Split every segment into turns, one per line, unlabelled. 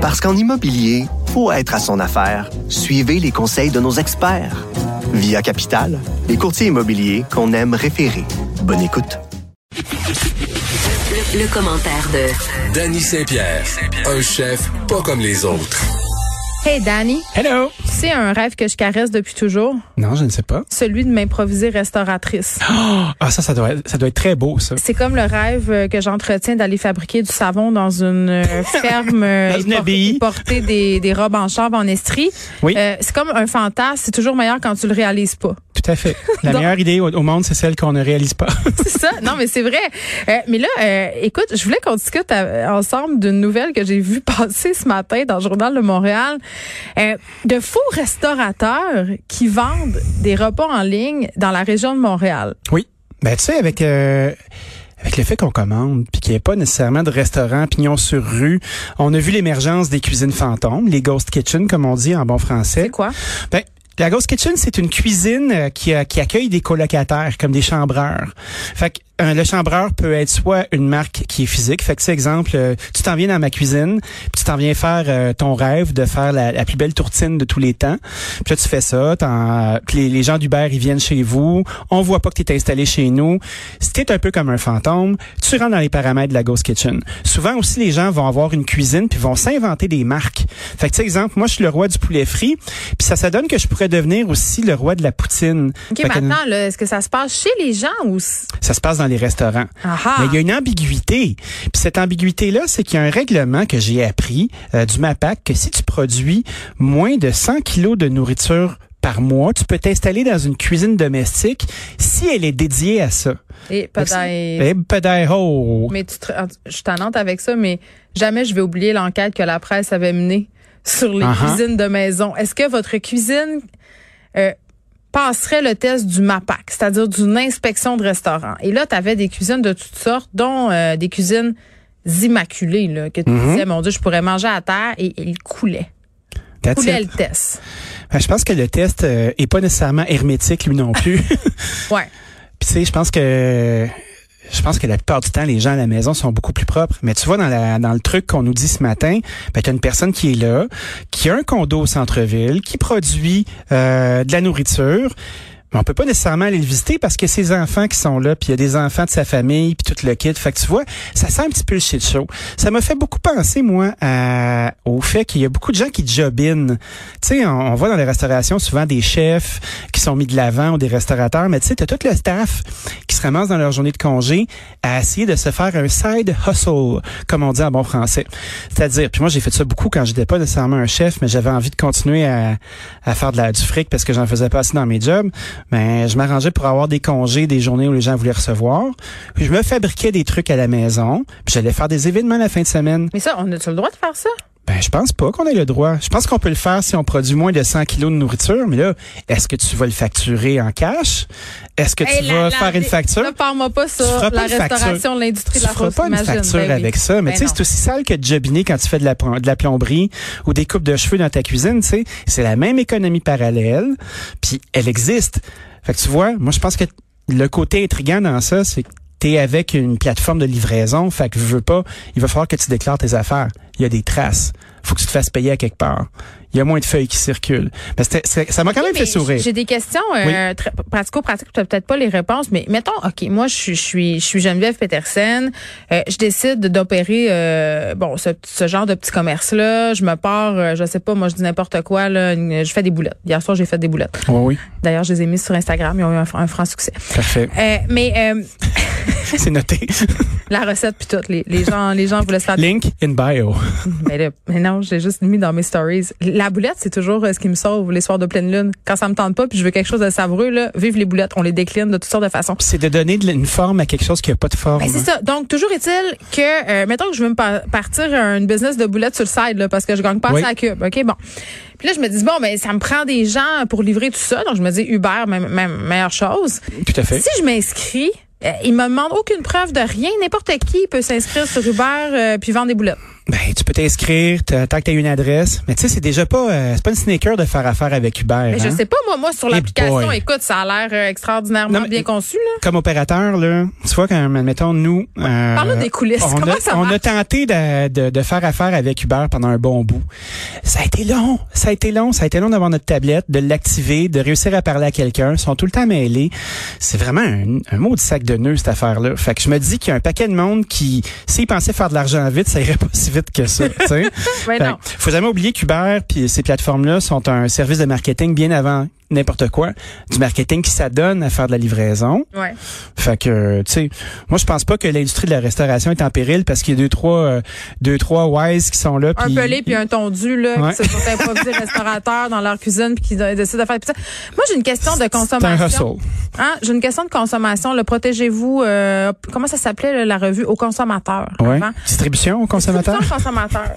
Parce qu'en immobilier, faut être à son affaire. Suivez les conseils de nos experts. Via Capital, les courtiers immobiliers qu'on aime référer. Bonne écoute.
Le, le commentaire de
Danny Saint-Pierre, un chef pas comme les autres.
Hey Danny,
Hello!
c'est un rêve que je caresse depuis toujours,
Non, je ne sais pas.
celui de m'improviser restauratrice.
Ah, ça, ça doit être, ça doit être très beau, ça.
C'est comme le rêve euh, que j'entretiens d'aller fabriquer du savon dans une euh, ferme euh,
Dans
et
une
por-
abbaye.
et porter des, des robes en charbe en estrie.
Oui.
Euh, c'est comme un fantasme, c'est toujours meilleur quand tu le réalises pas.
Tout à fait. La
Donc-
meilleure idée au, au monde, c'est celle qu'on ne réalise pas.
C'est ça? Non, mais c'est vrai. Euh, mais là, euh, écoute, je voulais qu'on discute euh, ensemble d'une nouvelle que j'ai vue passer ce matin dans le Journal de Montréal. Euh, de faux restaurateurs qui vendent des repas en ligne dans la région de Montréal.
oui. Ben, tu sais, avec, euh, avec le fait qu'on commande, puis qu'il n'y ait pas nécessairement de restaurant pignon sur rue, on a vu l'émergence des cuisines fantômes, les ghost kitchens, comme on dit en bon français.
C'est quoi?
Ben, la Ghost Kitchen, c'est une cuisine euh, qui, euh, qui accueille des colocataires comme des chambreurs. Fait que euh, le chambreur peut être soit une marque qui est physique, fait que c'est exemple, euh, tu t'en viens dans ma cuisine, puis tu t'en viens faire euh, ton rêve de faire la, la plus belle tourtine de tous les temps. Puis là tu fais ça, t'en- euh, puis les, les gens d'Uber ils viennent chez vous, on voit pas que t'es installé chez nous. Si t'es un peu comme un fantôme, tu rentres dans les paramètres de la Ghost Kitchen. Souvent aussi les gens vont avoir une cuisine puis vont s'inventer des marques. Fait que tu sais, exemple, moi je suis le roi du poulet frit, puis ça ça donne que je pourrais devenir aussi le roi de la poutine.
OK,
Fait que
maintenant, là, est-ce que ça se passe chez les gens ou... s- Ah,
ça se passe dans les restaurants.
Aha.
Mais il y a une ambiguïté. Puis cette ambiguïté-là, c'est qu'il y a un règlement que j'ai appris euh, du MAPAC que si tu produis moins de 100 kilos de nourriture par mois, tu peux t'installer dans une cuisine domestique si elle est dédiée à ça.
Et peut-être...
Eh, peut-être, oh.
Mais tu te- en- je t'annonce avec ça, mais jamais je vais oublier l'enquête que la presse avait menée sur les
Uh-huh.
cuisines de maison. Est-ce que votre cuisine euh, passerait le test du MAPAC, c'est-à-dire d'une inspection de restaurant? Et là, tu avais des cuisines de toutes sortes, dont euh, des cuisines immaculées, là, que tu
Mm-hmm.
disais, mon Dieu, je pourrais manger à terre et, et il coulait.
That's
Coulait
it.
le test.
Ben, je pense que le test euh, est pas nécessairement hermétique lui non plus.
Ouais.
Puis tu sais, je pense que je pense que la plupart du temps, les gens à la maison sont beaucoup plus propres. Mais tu vois, dans, la, dans le truc qu'on nous dit ce matin, ben, tu as une personne qui est là, qui a un condo au centre-ville, qui produit euh, de la nourriture. Mais on peut pas nécessairement aller le visiter parce que ses enfants qui sont là, puis il y a des enfants de sa famille, puis tout le kit. Fait que tu vois, ça sent un petit peu le shit show. Ça m'a fait beaucoup penser, moi, à- au fait qu'il y a beaucoup de gens qui jobinent. Tu sais, on, on voit dans les restaurations souvent des chefs qui sont mis de l'avant ou des restaurateurs, mais tu sais, t'as tout le staff qui se ramasse dans leur journée de congé à essayer de se faire un side hustle, comme on dit en bon français. C'est-à-dire, puis moi, j'ai fait ça beaucoup quand j'étais pas nécessairement un chef, mais j'avais envie de continuer à, à faire de la, du fric parce que j'en faisais pas assez dans mes jobs. Mais je m'arrangeais pour avoir des congés, des journées où les gens voulaient recevoir. Puis je me fabriquais des trucs à la maison, puis j'allais faire des événements la fin de semaine.
Mais ça, on a-tu le droit de faire ça?
Ben, je pense pas qu'on ait le droit. Je pense qu'on peut le faire si on produit moins de 100 kilos de nourriture, mais là, est-ce que tu vas le facturer en cash? Est-ce que tu
Hey,
vas
la- la-
faire une facture?
Ne parle-moi pas
Tu feras
sur
pas
la
une facture.
restauration, l'industrie de
Tu
la
feras
fausse
pas une
imagine.
facture
Ben oui.
avec ça, mais
Ben
tu sais,
non.
c'est aussi sale que de jobiner quand tu fais de la, plom- de la plomberie ou des coupes de cheveux dans ta cuisine, tu sais. C'est la même économie parallèle, puis elle existe. Fait que tu vois, moi, je pense que le côté intriguant dans ça, c'est que t'es avec une plateforme de livraison, fait que je veux pas, il va falloir que tu déclares tes affaires. Il y a des traces. Faut que tu te fasses payer à quelque part. Il y a moins de feuilles qui circulent. Ben, c'était- c'est- ça m'a quand même
Mais
fait sourire.
J'ai des questions euh, très pratico-pratiques, tu peut-être pas les réponses, mais mettons, OK, moi, je, suis- je suis je suis Geneviève Petersen, euh, je décide d'opérer euh, bon ce, ce genre de petit commerce-là, je me pars, euh, je sais pas, moi, je dis n'importe quoi, là, une- je fais des boulettes. Hier soir, j'ai fait des boulettes.
Oui, oui.
D'ailleurs, je les ai mises sur Instagram, ils ont eu un, fr- un franc succès.
Parfait.
Euh, mais euh,
c'est noté.
la recette, puis tout, les, les gens les gens voulaient se faire...
Link in bio.
Mais, Ben là, mais non, j'ai juste mis dans mes stories. La boulette, c'est toujours euh, ce qui me sauve les soirs de pleine lune. Quand ça me tente pas, puis je veux quelque chose de savoureux, là, vive les boulettes. On les décline de toutes sortes de façons.
C'est de donner de- une forme à quelque chose qui n'a pas de forme. hein.
Ben, c'est ça. Donc, toujours est-il que, euh, mettons que je veux me par- partir une business de boulettes sur le side, là, parce que je gagne pas
Oui.
assez à cube. OK, bon. Puis là, je me dis, bon, ben, ça me prend des gens pour livrer tout ça. Donc, je me dis, Uber, même, même meilleure chose.
Tout à fait.
Si je m'inscris, euh, ils me demandent aucune preuve de rien. N'importe qui peut s'inscrire sur Uber euh, puis vendre des boulettes.
Ben, tu peux t'inscrire, t'as- tant que tu as une adresse. Mais tu sais, c'est déjà pas, euh, c'est pas une sneaker de faire affaire avec Uber.
Mais
hein.
Ben, je sais pas, moi, moi, sur
Hey
l'application,
boy.
écoute, ça a l'air euh, extraordinairement
Non, mais-
bien conçu, là.
Comme opérateur, là, tu vois, quand, admettons, nous... euh,
Parle-nous des coulisses.
On,
Comment
a,
ça
on
marche?
a tenté de, de- de faire affaire avec Uber pendant un bon bout. Ça a été long, ça a été long, ça a été long d'avoir notre tablette, de l'activer, de réussir à parler à quelqu'un. Ils sont tout le temps mêlés. C'est vraiment un, un mot de sac de nœuds, cette affaire-là. Fait que je me dis qu'il y a un paquet de monde qui, s'ils pensaient faire de l'argent vite, ça irait pas si vite que ça. tu sais.
Ben
Fait
non.
que faut jamais oublier qu'Uber puis ces plateformes-là sont un service de marketing bien avant n'importe quoi, du marketing qui s'adonne à faire de la livraison.
Ouais.
Fait que, euh, tu sais, moi je pense pas que l'industrie de la restauration est en péril parce qu'il y a deux trois, euh, deux trois wise qui sont là.
Un
puis-
pelé puis un tondu là,
Ouais.
qui se sont improvisés restaurateurs dans leur cuisine puis qui euh, décident de faire tout ça. Moi, j'ai une question de
C'est un
consommation.
hustle.
Hein? J'ai une question de consommation. Le protégez-vous. euh, comment ça s'appelait là, la revue aux consommateurs
Ouais.
avant?
Distribution aux consommateurs.
Question consommateur.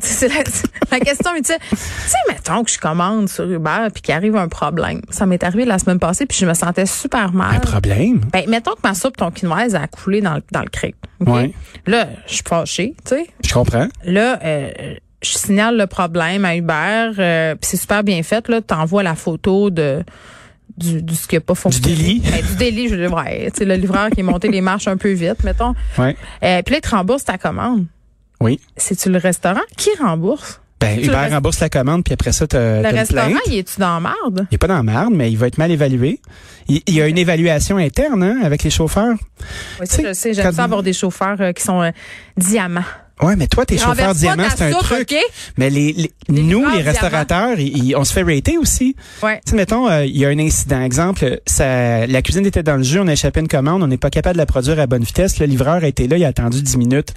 C'est la, c'est la question utile. Tu sais, mettons que je commande sur Uber puis qu'il arrive un problème. Ça m'est arrivé la semaine passée puis je me sentais super mal.
Un problème.
Ben, mettons que ma soupe tonkinoise a coulé dans le, dans le creek. OK?
Ouais.
Là, je suis fâchée, tu sais.
Je comprends.
Là, euh, je signale le problème à Uber, euh, puis c'est super bien fait. Là, t'envoies la photo de du, du ce qui a pas fonctionné.
délit.
Ben, du délit, je le ouais, tu sais, le livreur qui est monté les marches un peu vite, mettons.
Ouais.
Euh, puis là, il te rembourse ta commande.
Oui.
C'est-tu le restaurant qui rembourse?
Ben,
Tu le
Uber
reste-
rembourse la commande puis après ça t'as
Le
t'as une
restaurant,
plainte.
il est-tu dans la marde?
Il est pas dans la marde, mais il va être mal évalué. Il, il y a une évaluation interne hein, avec les chauffeurs.
Oui, ça,
Tu sais,
je sais, j'aime
quand-
ça avoir des chauffeurs euh, qui sont euh, diamants.
Ouais, mais toi, t'es chauffeur
Renverse pas
diamant,
ta
c'est un
soupe,
truc.
OK?
Mais les, les-
Les
nous,
livreurs
les restaurateurs, ils- ils- on se fait rater aussi.
Ouais.
Tu sais, mettons, euh, il y a un incident. Exemple, ça, la cuisine était dans le jeu, on a échappé une commande, on n'est pas capable de la produire à bonne vitesse. Le livreur a été là, il a attendu 10 minutes.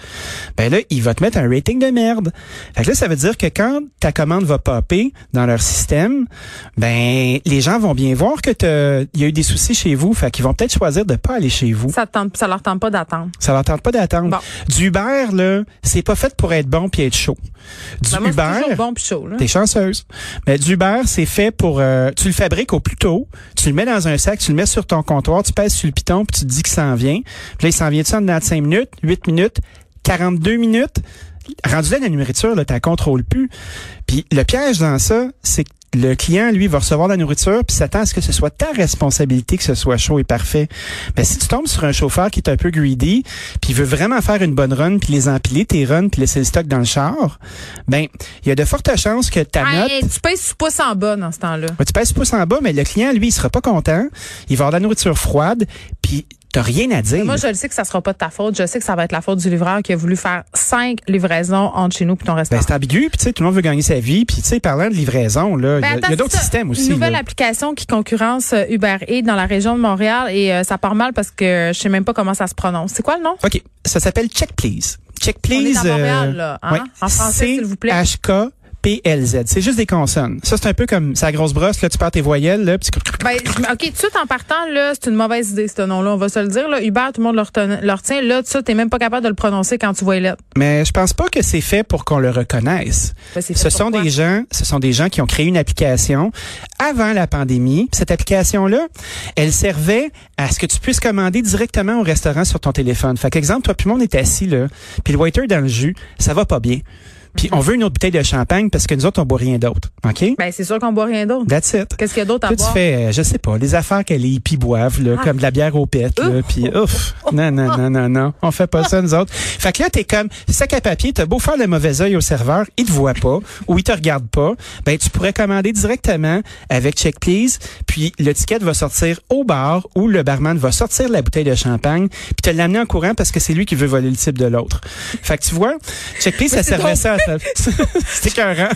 Ben là, il va te mettre un rating de merde. Fait que là, ça veut dire que quand ta commande va popper dans leur système, ben les gens vont bien voir que t'as- il y a eu des soucis chez vous. Fait qu'ils vont peut-être choisir de pas aller chez vous.
Ça, te tente, ça leur tente pas d'attendre.
Ça leur tente pas d'attendre.
Bon.
Du Uber, là, c'est pas fait pour être bon puis être chaud. Du
Ben, moi, c'est
Uber,
toujours bon puis chaud, là.
T'es chanceuse. Mais du beurre, c'est fait pour... euh, tu le fabriques au plus tôt, tu le mets dans un sac, tu le mets sur ton comptoir, tu passes sur le piton, puis tu te dis qu'il s'en vient. Puis là, il s'en vient-tu en dedans de 5 minutes, 8 minutes, 42 minutes? Rendu là, la nourriture, là, t'en contrôles plus. Puis le piège dans ça, c'est que le client, lui, va recevoir la nourriture puis s'attend à ce que ce soit ta responsabilité que ce soit chaud et parfait. Mais si tu tombes sur un chauffeur qui est un peu greedy puis veut vraiment faire une bonne run puis les empiler tes runs puis laisser le stock dans le char, ben il y a de fortes chances que ta note
Hey, tu pèses sous pouce en bas dans ce temps-là.
ben, tu passes pouce en bas, mais le client, lui, il sera pas content. Il va avoir de la nourriture froide, puis t'as rien à dire.
Ben, Moi, je le sais que ça sera pas de ta faute. Je sais que ça va être la faute du livreur qui a voulu faire cinq livraisons entre chez nous puis ton
Ben,
restaurant.
c'est ambigu, puis tu sais, tout le monde veut gagner sa vie, puis tu sais, parlant de livraison, là, il y
Ben,
a- il
attends,
y a, d'autres
c'est ça.
systèmes aussi.
Une nouvelle
là.
application qui concurrence euh, Uber Eats dans la région de Montréal et euh, ça part mal parce que euh, je sais même pas comment ça se prononce. C'est quoi le nom?
OK, ça s'appelle Check Please. Check Please. euh,
On est à Montréal, là, hein? En français, s'il vous plaît.
HK. PLZ. C'est juste des consonnes. Ça, c'est un peu comme sa grosse brosse, là, tu perds tes voyelles, là, puis tu-
Ben, je- OK, tout de suite en partant, là, c'est une mauvaise idée, ce nom-là. On va se le dire, là. Uber, tout le monde le, reten- le retient. Là, tu t'es même pas capable de le prononcer quand tu vois les lettres.
Mais je pense pas que c'est fait pour qu'on le reconnaisse.
Ben, c'est fait
ce
pour
sont
quoi?
des gens, ce sont des gens qui ont créé une application avant la pandémie. Cette application-là, elle servait à ce que tu puisses commander directement au restaurant sur ton téléphone. Fait qu'exemple, toi puis moi on est assis là, puis le waiter dans le jus, ça va pas bien.
Mm-hmm.
Puis on veut une autre bouteille de champagne parce que nous autres on boit rien d'autre. OK
Ben, c'est sûr qu'on boit rien d'autre.
That's it.
Qu'est-ce qu'il y a d'autre à
Là, tu
boire?
fais, euh, je sais pas, les affaires que les hippies boivent,
Ah.
là, comme de la bière aux pètes, là, puis ouf, non, non, non, non, non, on fait pas ça, nous autres. Fait que là, t'es comme, sac à papier, t'as beau faire le mauvais œil au serveur, il te voit pas, ou il te regarde pas, ben, tu pourrais commander directement avec Check Please, puis l'étiquette va sortir au bar, où le barman va sortir la bouteille de champagne, puis te l'amener en courant parce que c'est lui qui veut voler le type de l'autre. Fait que tu vois, Check Please, ça
c'est
servait
donc-
ça à ça. C'était écœurant.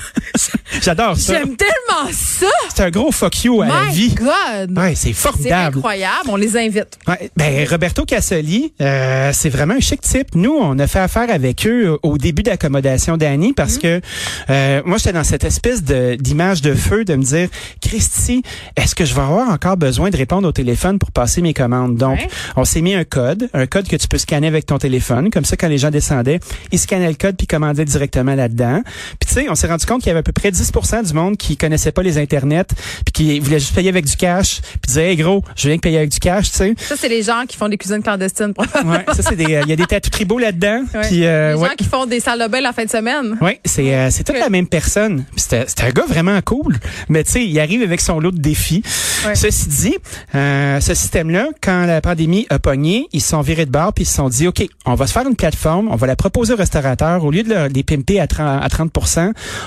J'adore ça.
J'aime tellement ça!
C'est un gros fuck you à la
My
vie.
God!
Ouais, c'est
C'est
formidable.
incroyable. On les invite.
Ouais, ben Roberto Cassoli, euh, c'est vraiment un chic type. Nous, on a fait affaire avec eux au début d'accommodation d'Annie parce que euh, moi, j'étais dans cette espèce de d'image de feu de me dire, Christy, est-ce que je vais avoir encore besoin de répondre au téléphone pour passer mes commandes Donc,
Ouais.
on s'est mis un code, un code que tu peux scanner avec ton téléphone. Comme ça, quand les gens descendaient, ils scannaient le code puis commandaient directement justement là-dedans. Puis tu sais, on s'est rendu compte qu'il y avait à peu près 10 du monde qui connaissait pas les internets puis qui voulait juste payer avec du cash puis disait hey, gros, je viens de payer avec du cash, tu sais.
Ça, c'est les gens qui font des cuisines clandestines, probablement.
Ouais, ça c'est des euh, il y a des tatous tribaux là-dedans
Ouais.
puis euh,
les
ouais.
gens qui font des salles de bain la fin de semaine.
Oui, c'est euh, c'est toute la même personne. Puis C'était c'était un gars vraiment cool, mais tu sais, il arrive avec son lot de défis.
Ouais.
Ceci dit, euh, ce système-là, quand la pandémie a pogné, ils se sont virés de bord puis ils se sont dit, OK, on va se faire une plateforme, on va la proposer aux restaurateurs. Au lieu de leur- les pimper à 30, à 30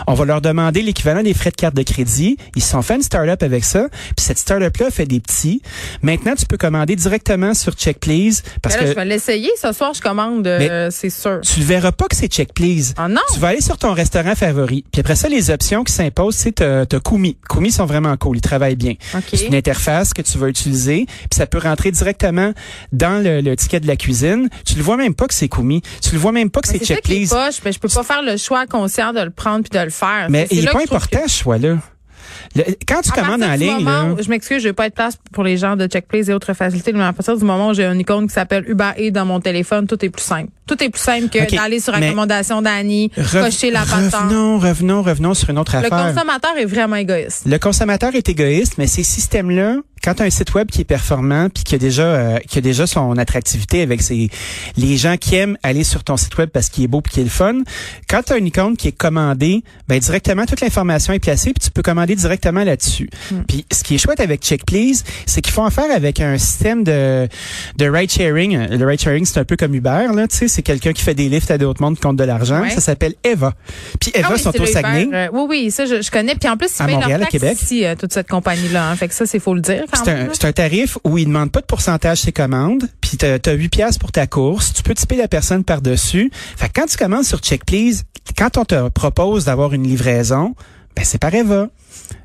on va leur demander l'équivalent des frais de carte de crédit. Ils se sont fait une start-up avec ça. Puis cette start-up-là fait des petits. Maintenant, tu peux commander directement sur Check Please parce
Ben là,
que
je vais l'essayer. Ce soir, je commande, euh, c'est sûr.
tu ne verras pas que c'est check please.
Ah non?
Tu vas aller sur ton restaurant favori. Puis après ça, les options qui s'imposent, c'est euh, t'as t'as Kumi. Kumi sont vraiment cool, ils travaillent bien.
OK.
C'est une interface que tu vas utiliser, puis ça peut rentrer directement dans le, le ticket de la cuisine. Tu le vois même pas que c'est Kumi. Tu le vois même pas que
Mais
c'est
C'est ça
check
qui est
please.
poche, mais je peux pas faire le choix conscient de le prendre puis de le faire.
Mais
C'est
il
là que
est pas
je trouve
important ce choix-là. Le- quand tu
que- à
commandes
partir
en
du
ligne,
moment
là,
où- je m'excuse, je vais pas être place pour les gens de Check Please et autres facilités, mais à partir du moment où j'ai une icône qui s'appelle Uber Eats dans mon téléphone, tout est plus simple. Tout est plus simple que
OK,
d'aller sur
mais-
recommandation d'Annie,
rev-
cocher la patente.
revenons, revenons, revenons sur une autre
Le
affaire.
consommateur est vraiment égoïste.
Le consommateur est égoïste, mais ces systèmes-là, quand tu as un site web qui est performant puis qui a déjà euh, qui a déjà son attractivité avec ses les gens qui aiment aller sur ton site web parce qu'il est beau puis qu'il est le fun, quand tu as une icône qui est commandée, ben directement toute l'information est placée puis tu peux commander directement là-dessus.
Mm.
Puis ce qui est chouette avec Check Please, c'est qu'ils font affaire avec un système de de ride sharing. Le ride sharing, c'est un peu comme Uber là, tu sais, c'est quelqu'un qui fait des lifts à d'autres mondes qui compte de l'argent,
Ouais.
ça s'appelle Eva. Puis Eva
Ah oui,
sont
c'est
au
le
Saguenay.
Uber, euh, oui, oui, ça, je, je connais. Puis en plus, ils
À
payent
Montréal,
leur
à Québec.
ici, euh, toute cette compagnie-là. hein. Fait que ça, c'est faut le dire quand
C'est
même,
un,
là.
c'est un tarif où il demande pas de pourcentage ses commandes, puis t'as as 8 piastres pour ta course, tu peux tiper la personne par-dessus. Fait que quand tu commandes sur Check Please, quand on te propose d'avoir une livraison, ben c'est par Eva.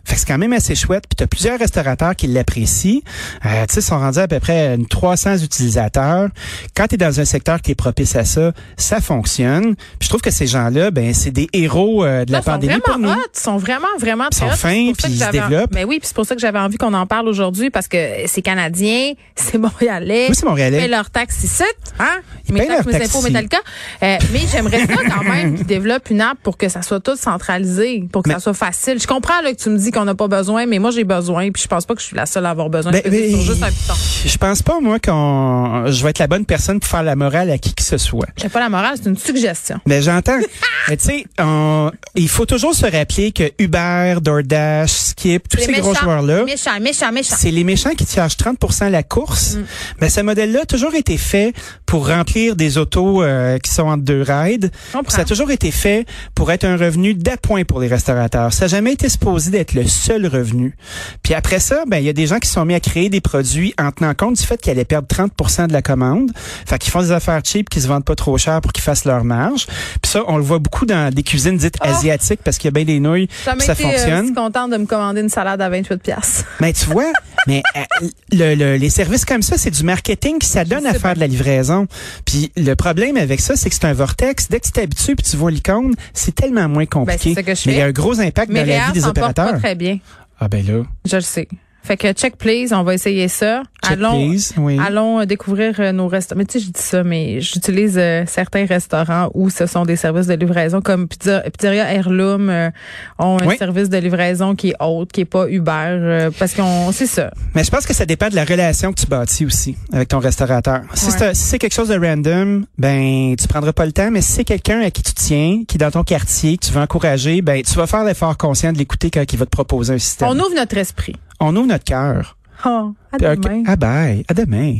Fait que c'est quand même assez chouette, puis t'as plusieurs restaurateurs qui l'apprécient. Euh, tu sais, ils sont rendus à peu près une 300 utilisateurs. Quand tu es dans un secteur qui est propice à ça, ça fonctionne. Puis je trouve que ces gens-là, ben c'est des héros euh, de la
Ils sont
pandémie
vraiment
pour nous.
hot, ils sont vraiment, vraiment
Ils sont
très hot.
fins,
C'est pour ça
puis
que
ils se
j'avais-
développent.
Mais oui, puis c'est pour ça que j'avais envie qu'on en parle aujourd'hui parce que c'est canadien, c'est montréalais.
Oui, c'est montréalais.
Ils payent leurs taxes ici, hein?
Ils
mes
payent
taxes,
leurs
mes
taxes
impôts, mes
ici.
Metallica. Euh, mais j'aimerais ça quand même qu'ils développent une app pour que ça soit tout centralisé, pour que ça
Mais-
soit facile. Je comprends là que tu me dis qu'on n'a pas besoin, mais moi j'ai besoin, puis je pense pas que je suis la seule à avoir besoin.
Ben,
Je fais
mais-
ça sur juste un piton.
Je pense pas, moi, qu'on je vais être la bonne personne pour faire la morale à qui que ce soit.
J'ai pas la morale, c'est une suggestion.
Mais j'entends. Mais tu sais, on- il faut toujours se rappeler que Uber, DoorDash, Skip, tous
Les
ces gros
méchants,
joueurs-là,
Méchants, méchants, méchants. Mm.
c'est les méchants qui te chargent 30 la course. Mais ce modèle-là a toujours été fait pour remplir des autos euh, qui sont entre deux rides.
comprends.
Ça a toujours été fait pour être un revenu d'appoint pour les restaurateurs. Ça n'a jamais été supposé d'être le seul revenu. Puis après ça, ben il y a des gens qui se sont mis à créer des produits en tenant compte du fait qu'ils allaient perdre 30 de la commande. Fait qu'ils font des affaires cheap, qu'ils se vendent pas trop cher pour qu'ils fassent leur marge. Puis ça, on le voit beaucoup dans des cuisines dites asiatiques parce qu'il y a bien des nouilles,
Ah. Ça m'a
puis ça
été, euh,
fonctionne.
si contente de me commander une salade à 28 pièces.
Mais tu vois, mais euh, le- le- les services comme ça, c'est du marketing qui s'adonne à faire de la livraison. Puis le problème avec ça, c'est que c'est un vortex. Dès que tu t'habitues puis tu vois l'icône, c'est tellement moins compliqué.
Ben, c'est ça que je
mais il y a
fais.
un gros impact
Mais
dans la vie
Réa
des
s'en porte pas
opérateurs.
très bien.
Ah ben là,
Je le sais. Fait que check please, on va essayer ça.
Check
allons
please, oui.
allons euh, découvrir euh, nos restaurants. Mais tu sais, je dis ça, mais j'utilise euh, certains restaurants où ce sont des services de livraison comme Pizza- Pizzeria Heirloom euh, ont un
Oui.
service de livraison qui est haute, qui est pas Uber euh, parce qu'on c'est ça.
Mais je pense que ça dépend de la relation que tu bâtis aussi avec ton restaurateur. Si
Ouais.
c'est si c'est quelque chose de random, ben tu prendras pas le temps. Mais si c'est quelqu'un à qui tu tiens, qui est dans ton quartier, que tu veux encourager, ben tu vas faire l'effort conscient de l'écouter quand il va te proposer un système.
On ouvre notre esprit.
On ouvre notre cœur.
Oh, à
Puis, ok,
demain.
Ah bye. À demain.